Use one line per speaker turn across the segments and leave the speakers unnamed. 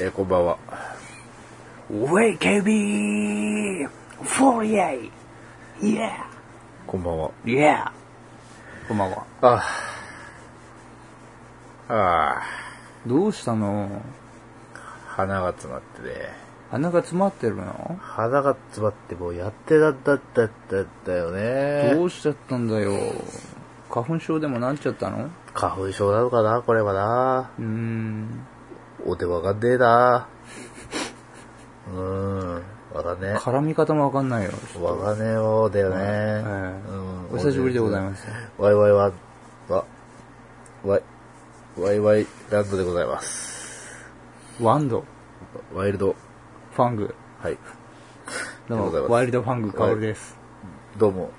えーこんばんは。
WKB48! Yeah!
こんばんは。
Yeah! こんばんは。
ああ。あ
どうしたの
あ。鼻が詰まってね。
鼻が詰まってるの
鼻が詰まってもうやってたんだったったったよ
ど
ね。
うしちゃったんだよ。花粉症でもなっちゃったの
花粉症なのかなこれはな。
うーん。
お手わかんねえな。うーん。わかんね
絡み方もわかんないよ。
え。わかんねえよ、だよね。
はいお久しぶりでございます。
ワイワイワン、わ、ワイ、ワイワイランドでございます。
ワンド、
ワイルド、
ファング。
はい。あり
ど
がとうございうま
も、
す
ワイルドファングカオルです。
どうも、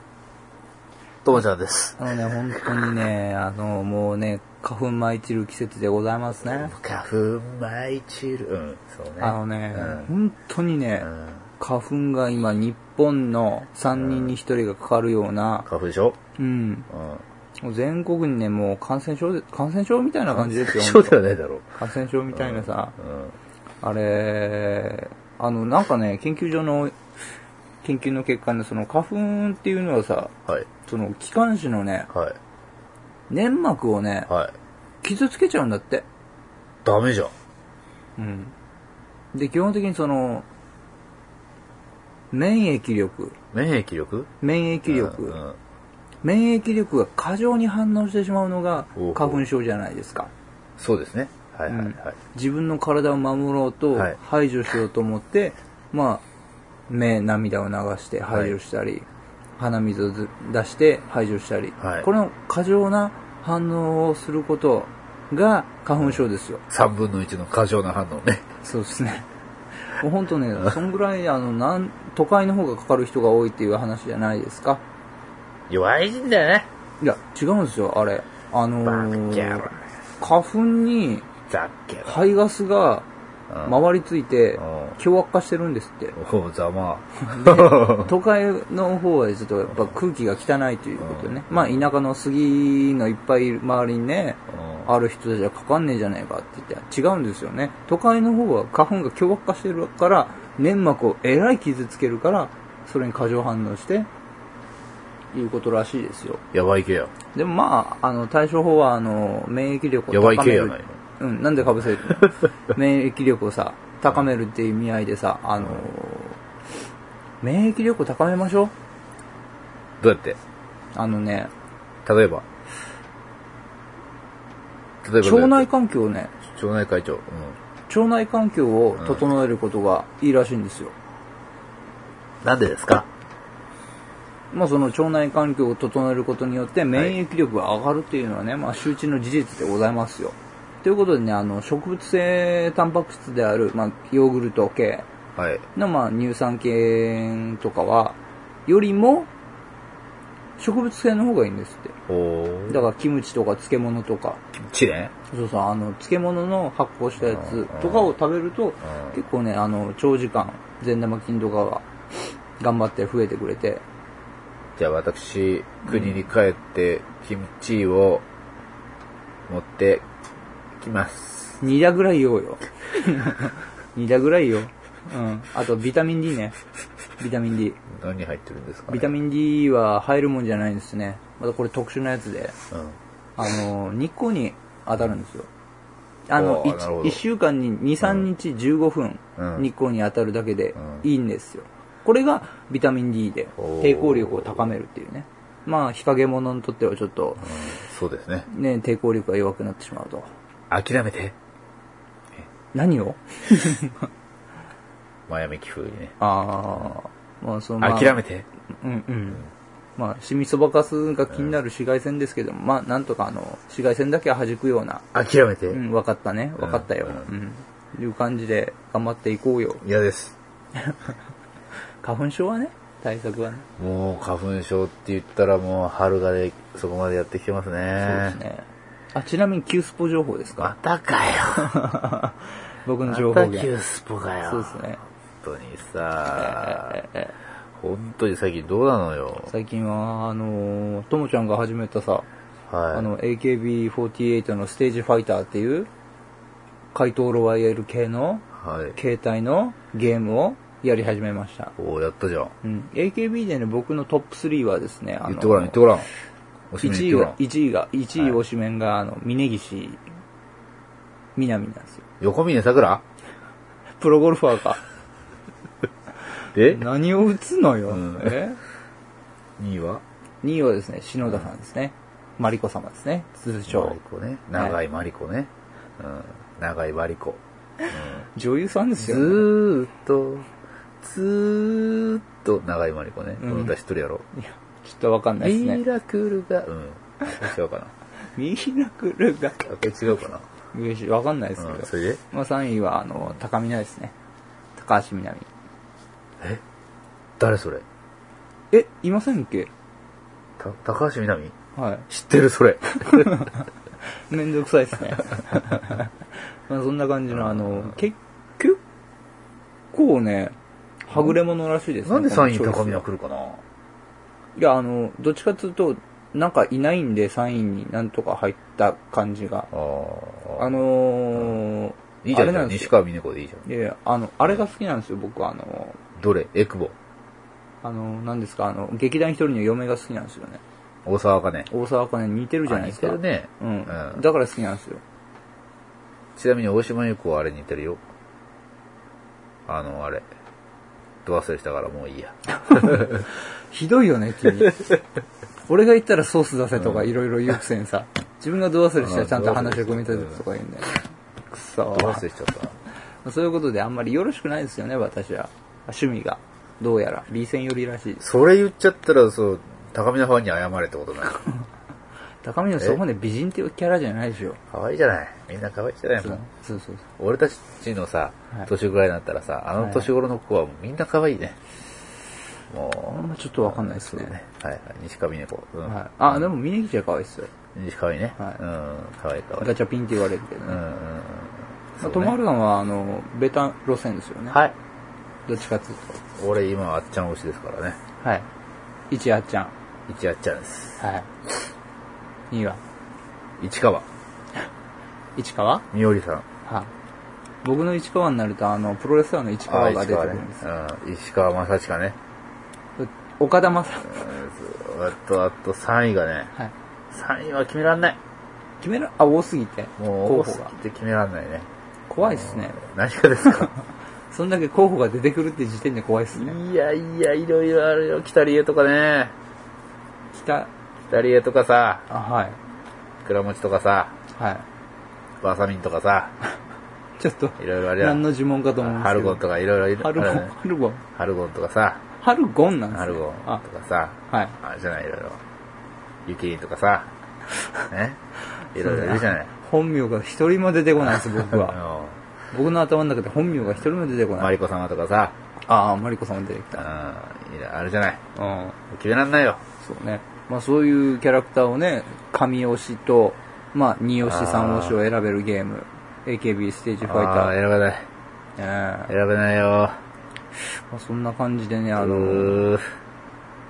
ともちゃんです。
あのね、本当にね、あの、もうね、花粉舞い散る季節でございますね。
花粉舞い散る。うん、そうね。
あのね、
うん
本当にね、
うん
花粉が今日本の3人に1人がかかるような、
花粉症
うん、
うん。
もう全国にね、もう感染症で、感染症みたいな感じですよ。
そうではないだろう。
感染症みたいなさ、
うん。
あれ、あの、なんかね、研究所の、研究の結果ね、その花粉っていうのはさ、
はい。
その気管支のね、
はい。
粘膜をね、
はい。
傷つけちゃうんだって。
ダメじゃん。
うん。で、基本的にその、免疫力、
免疫力
免疫力、
うん。
免疫力が過剰に反応してしまうのが
おうおう
花粉症じゃないですか。
そうですね。はいはいはい。
自分の体を守ろうと
はい
排除しようと思って、まあ目涙を流して排除したり、鼻水をず出して排除したり、
はい
この過剰な反応をすることが花粉症ですよ、
三分の一の過剰な反応ね。
そうですねもう本当 ねそんぐらいあのなん都会の方がかかる人が多いっていう話じゃないですか
弱いんだよね。
いや違うんですよあれあの
バッキャ
ー
ロ。
花粉に
ザッキャロ。
排ガスが
うん
回りついて
うん
凶悪化してるんですって
おう、ざま
都会の方はちょっとやっぱ空気が汚いということでね、まあ田舎の杉のいっぱい周りにね、
うん
ある人たちはかかんねえじゃねえかって言って違うんですよね都会の方は花粉が凶悪化してるから粘膜をえらい傷つけるからそれに過剰反応していうことらしいですよ
やばい系や。
でもまああの対処法はあの免疫力
や
を
ばい
高め
系や
る
ないの。
うん、なんでかぶ せる免疫力をさ、高めるっていう意味合いでさ、あのー免疫力を高めましょう。
どうやって
あのね、
例えば。例えばどうやって
腸内環境をね、
町内会長。うん。
腸内環境を整えることがいいらしいんですよ。
なんでですか
まあその腸内環境を整えることによって免疫力が上がるっていうのはね、まあ周知の事実でございますよ。ということでね、あの、植物性タンパク質である、まあヨーグルト系、
はい。
の、まあ、乳酸菌とかは、よりも、植物性の方がいいんですって。
おー。
だから、キムチとか漬物とか、
チね。
そうそう、あの、漬物の発酵したやつとかを食べると、結構ね、あの、長時間、善玉菌とかが、頑張って増えてくれて、
じゃあ私、国に帰って、キムチを持ってきます。
煮だぐらいようよ。 煮だぐらいよ。うん。あと、ビタミン D ね。ビタミン D。
何入ってるんですか、ね、
ビタミン D は入るもんじゃないんですね。またこれ特殊なやつで。
うん。
あの、日光に当たるんですよ。あの、
おーなるほど
1, 週間に2、3日15分、
うん
日光に当たるだけで
う
いいんですよ。これがビタミン D で
おー
抵抗力を高めるっていうね。まあ、日陰者にとってはちょっと、
そうですね。
ね、抵抗力が弱くなってしまうと。
諦めて、
何 を
マヤミキ風にね。
ああ、まあ、その、まあ、
諦めて。
うんうん。まあ、シミそばかすが気になる紫外線ですけども、まあ、なんとかあの、紫外線だけは弾くような、
諦めて。
うん、分かったね、分かったよ、
う
うん。いう感じで頑張っていこうよ。
嫌です。
花粉症はね、対策はね。
もう花粉症って言ったらもう春がでそこまでやってきてます
そうで
ね
す。ね。あ、ちなみに Q スポ情報で すか
またかよ。
僕の情
ま
報
たキュー
源。
スポかよ。
そうですね。
本当にさ、
ええ
本当に最近どうなのよ。
最近は、あのーともちゃんが始めたさ、
はい。
あの、AKB48 のステージファイターっていう、怪盗ロワイヤル系の
はい。
携帯のゲームをやり始めました。
おおやったじゃん。
うん。AKB でね、僕のトップ3はですね、あ
言ってごらん、言ってごらん。おしめ
1
言っ
位
てごら
が
ん、。
1位が、1位推しメンが、あの、峯岸みなみなんですよ。
横峯桜
プロゴルファーか。
で、
何を打つのよ。
ん
え
2位は
?2 位はですね、篠田さんですね。マリコ様ですね。通
マ
称
リ。コね。長いマリコね。うん。長いマリコ。
女優さんで
ず
すよ、ね。
ーっと、ずーっと長いマリコね。この歌知っとるやろ。
いや、ちょっとわかんないです
ミ
ね。
ラクルが、うん。違 うかな。
ミラクルが。
あこれ違うかな。
嬉しいわかんないですけど。
うん、それで
まあ3位は、あの、高見なですね。高橋みなみ。
誰それ
え、いませんっけ
た高橋みなみ
はい。
知ってるそれ。
めんどくさいで すね。まあそんな感じの、あの、結結構ね、はぐれ者らしいですね。
なんで
この
3位
チョイス
高見な来るかない
や、あの、どっちかというと、なんかいないんで3位になんとか入った感じが。
あー
あのー、
いいじゃ
あれ
ん、
なんで
西
すよ。
川峰子でいいじゃん。
いやいや、あの、あれが好きなんですよ、僕は。あの、
どれエクボ。
あの、なんですか、あの、劇団一人の嫁が好きなんですよね。
大沢かね。
大沢かね、似てるじゃないですか。
あ似てるね
うん。
うん
だから好きなんですよ。
ちなみに大島優子はあれ似てるよ。あの、あれ。ド忘れしたからもういいや。
ひどいよね、君。俺が言ったらソース出せとかいろいろ言うくせにさ、自分がド忘れしたらちゃんと話を組み立ててとか言うんだよ。くそ
ド忘れしちゃったな。
そういうことであんまりよろしくないですよね、私は。趣味が。どうやら、B 線寄りらしいです。
それ言っちゃったら、そう、高見のファンに謝れってこと ない。
高見のそこまで美人っていうキャラじゃないでしょ。
可愛いじゃない。みんな可愛いじゃない
そ
も。
うんそうそうそう。
俺たちのさ
はい、
年ぐらいになったらさ、あの年頃の子はもうみんな可愛いね。
あ
も
んまちょっとわかんないです
う、
ね。
ね。はいはい。西川峰子。うん
はい、あ、でも峯岸は可愛いっすよ。
西川いね。う
はい
ん。可愛い可愛い。
ガチャピンって言われるけどね。
うんうん
ま
うん。
あ、トマルガンは、あの、ベタ路線ですよね。
はい。
どっちかっていう
俺今、あっちゃん推しですからね。
と。はい。一あっちゃん。
一あっちゃんです。
はい。2位は
市川、
市川
みおりさん。
はい。僕の市川になると、あの、プロレスラーの市川が出てくるんですよ。
あー市川ねうん。石川正親ね。
岡田正
うんずあと、あと3位がね、
はい。
3位は決めらんない。
決める、あ、多すぎて。
もう、
候補が
多すぎて決めらんないね。
怖いですね。
何かです か
そんだけ候補が出てくるって時点で怖いですね。
いやいや、いろいろあるよ。北里江とかね。
北、
北里江とかさ、
あ、はい。
倉持とかさ、
は
バサミンとかさ、
い。ちょっと、
いろいろあるや
何
ん。
の呪文かと思うんです
ハ
け
ルゴ
ど
ン。とかいろいろいる。
ハルゴン、
あるね
ハルゴン。
ハルゴンとかさ、
ハルゴンなんです
ハルゴン
ね
とかさ、
あ、はい。
あ、じゃない、いろいろ。ユキリンとか さ、ね。いろいろいるじゃない。
本名が一人も出てこないです、僕は。
あ
僕の頭の中で本名が一人も出てこ
の
な
マ
い。
リコ様とかさ、
ああ、マリコさんも出てきた。
うん、いやあれじゃない。
うん。
決めらんないよ。
そうね。まあそういうキャラクターをね、神推しと、まあ二推し三推しを選べるゲーム。AKB ステージファイ
ああ、
ター。
選べない。
ええ
選べないよ。
まあ、そんな感じでね、あ
あの
の、
ー、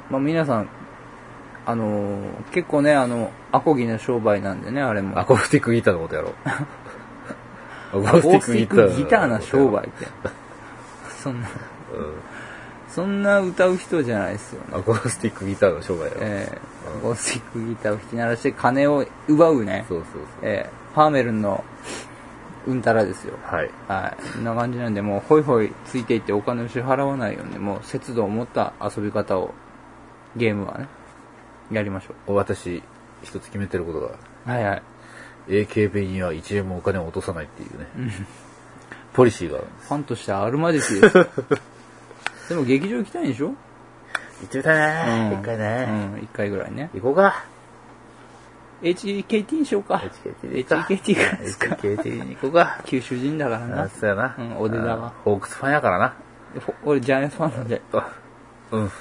まあ皆さん、あの、結構ね、あの、アコギの商売なんでね、あれも。
アコースティックギターのことやろ。ア
アコースティックギターな商売って。 そんな、そんな歌う人じゃないですよね。
うん。アコースティックギターの商売やろ。
ええアコースティックギターを弾き鳴らして金を奪うね。
そうそうそう。
ええパーメルンの、うんたらですよ。
はい。
はい。そんな感じなんで、もう、ホイホイついていってお金を支払わないように、もう、節度を持った遊び方を、ゲームはね、やりましょ
私、一つ決めてることが、
う。はいはい。
AKB には1円もお金を落とさないっていうね。ポリシーがあるんです。
ファンとしてはあるまじ きですよ。でも、劇場行きたいんでしょ
行ってみたいね。一回
う
ね。
ん、一回ぐらいね。
行こうか。
HKT にしようか。
HKT で行こうか
HKT ぐらいですか。
HKT に行こうか。
九州人だから
あ、
な。
そうやな。
うん俺だわ
あホークスファンやからな。
ほ俺、ジャイアンツファンなんで。
あうん。